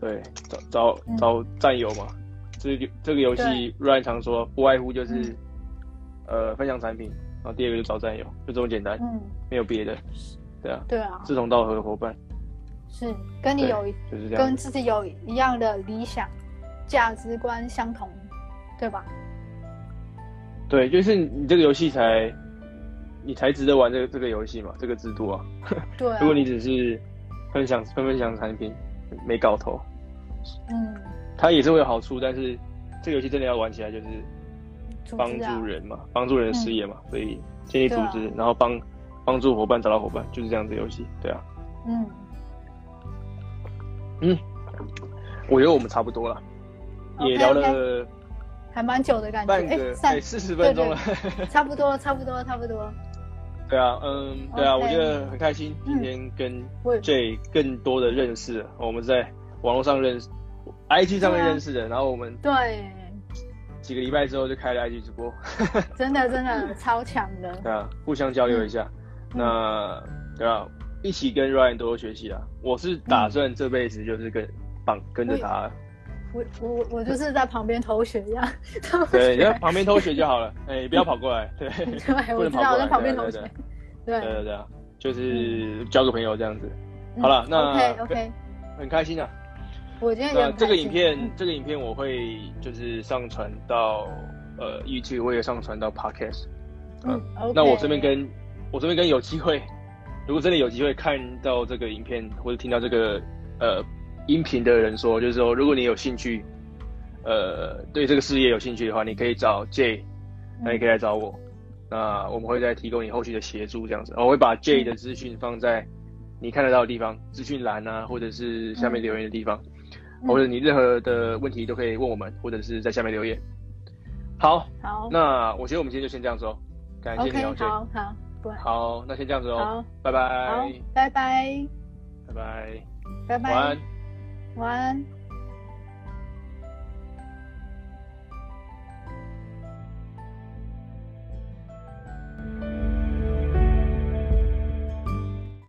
Speaker 2: 对，找找
Speaker 1: 嗯
Speaker 2: 找战友嘛。这个这个游戏
Speaker 1: 对
Speaker 2: ，Ryan 常说，不外乎就是、
Speaker 1: 嗯
Speaker 2: 呃分享产品，然后第二个就找战友，就这么简单，
Speaker 1: 嗯，
Speaker 2: 没有别的。对啊，
Speaker 1: 对啊，
Speaker 2: 志同道合的伙伴
Speaker 1: 是跟你
Speaker 2: 对
Speaker 1: 有一
Speaker 2: 就是这样
Speaker 1: 跟
Speaker 2: 子。
Speaker 1: 自己有一样的理想、价值观相同，对吧？
Speaker 2: 对，就是你这个游戏才，你才值得玩这个这个游戏嘛，这个制度啊。
Speaker 1: 对啊，
Speaker 2: 如果你只是分享分分享产品，没搞头，
Speaker 1: 嗯，
Speaker 2: 它也是会有好处，但是这个游戏真的要玩起来就是
Speaker 1: 组
Speaker 2: 帮
Speaker 1: 织啊
Speaker 2: 助，人嘛，帮助人的事业嘛，所以建立组织，
Speaker 1: 对啊
Speaker 2: 然后帮帮助伙伴找到伙伴，就是这样子的游戏，对啊。
Speaker 1: 嗯，
Speaker 2: 我觉得我们差不多了，也
Speaker 1: OK，OK
Speaker 2: 聊了
Speaker 1: 还蛮久的感觉，
Speaker 2: 半
Speaker 1: 哎，
Speaker 2: 个
Speaker 1: 三
Speaker 2: 哎四十分钟了，
Speaker 1: 差不多，差不多，差不多，
Speaker 2: [LAUGHS] 对啊，嗯，对啊，
Speaker 1: OK
Speaker 2: 我觉得很开心，今
Speaker 1: 嗯
Speaker 2: 天跟
Speaker 1: 我也
Speaker 2: J 更多的认识了，我们是在网络上认识，IG 上
Speaker 1: 对
Speaker 2: 面
Speaker 1: 啊
Speaker 2: 认识的，然后我们
Speaker 1: 对，
Speaker 2: 几个礼拜之后就开了 IG 直播，
Speaker 1: 真的真的超强的，
Speaker 2: 对啊，互相交流一下。
Speaker 1: 嗯
Speaker 2: 那对啊，一起跟 Ryan 多多学习啊。我是打算这辈子就是跟绑跟着他，
Speaker 1: 嗯我我我就是在旁边偷学一样， [LAUGHS]
Speaker 2: 对，你在旁边偷学就好了，哎、不要跑过
Speaker 1: [LAUGHS]
Speaker 2: 来，对，
Speaker 1: 对，
Speaker 2: 不
Speaker 1: 我
Speaker 2: 能
Speaker 1: 知
Speaker 2: 跑
Speaker 1: 道
Speaker 2: 过
Speaker 1: 我
Speaker 2: 来，
Speaker 1: 在旁边
Speaker 2: 对
Speaker 1: 偷
Speaker 2: 啊
Speaker 1: 学
Speaker 2: 对
Speaker 1: 对
Speaker 2: 啊，对啊对啊对啊，就是交个朋友这样子，
Speaker 1: 嗯
Speaker 2: 好了那
Speaker 1: OK OK，很
Speaker 2: 很开心啊。
Speaker 1: 我今天也
Speaker 2: 那
Speaker 1: 很开
Speaker 2: 这个
Speaker 1: 心
Speaker 2: 影片，
Speaker 1: 嗯
Speaker 2: 这个影片我会就是上传到呃 YouTube，我也上传到 Podcast。
Speaker 1: 嗯，OK，
Speaker 2: 那我这边跟我这边跟有机会，如果真的有机会看到这个影片或者听到这个呃音频的人说，就是说，如果你有兴趣，呃，对这个事业有兴趣的话，你可以找 J，
Speaker 1: 嗯
Speaker 2: 那也可以来找我，那我们会再提供你后续的协助这样子。我会把 J 的资讯放在你看得到的地方，资讯栏啊，或者是下面留言的地方，
Speaker 1: 嗯
Speaker 2: 或者你任何的问题都可以问我们，或者是在下面留言。好，
Speaker 1: 好
Speaker 2: 那我觉得我们今天就先这样子哦，感谢你哦
Speaker 1: ，OK，
Speaker 2: J。
Speaker 1: 好好，不然
Speaker 2: 好，那先这样子哦
Speaker 1: 好，
Speaker 2: 拜
Speaker 1: 好拜
Speaker 2: 拜，，
Speaker 1: 拜，
Speaker 2: 拜拜，
Speaker 1: 拜拜，
Speaker 2: 晚安。
Speaker 1: 晚安。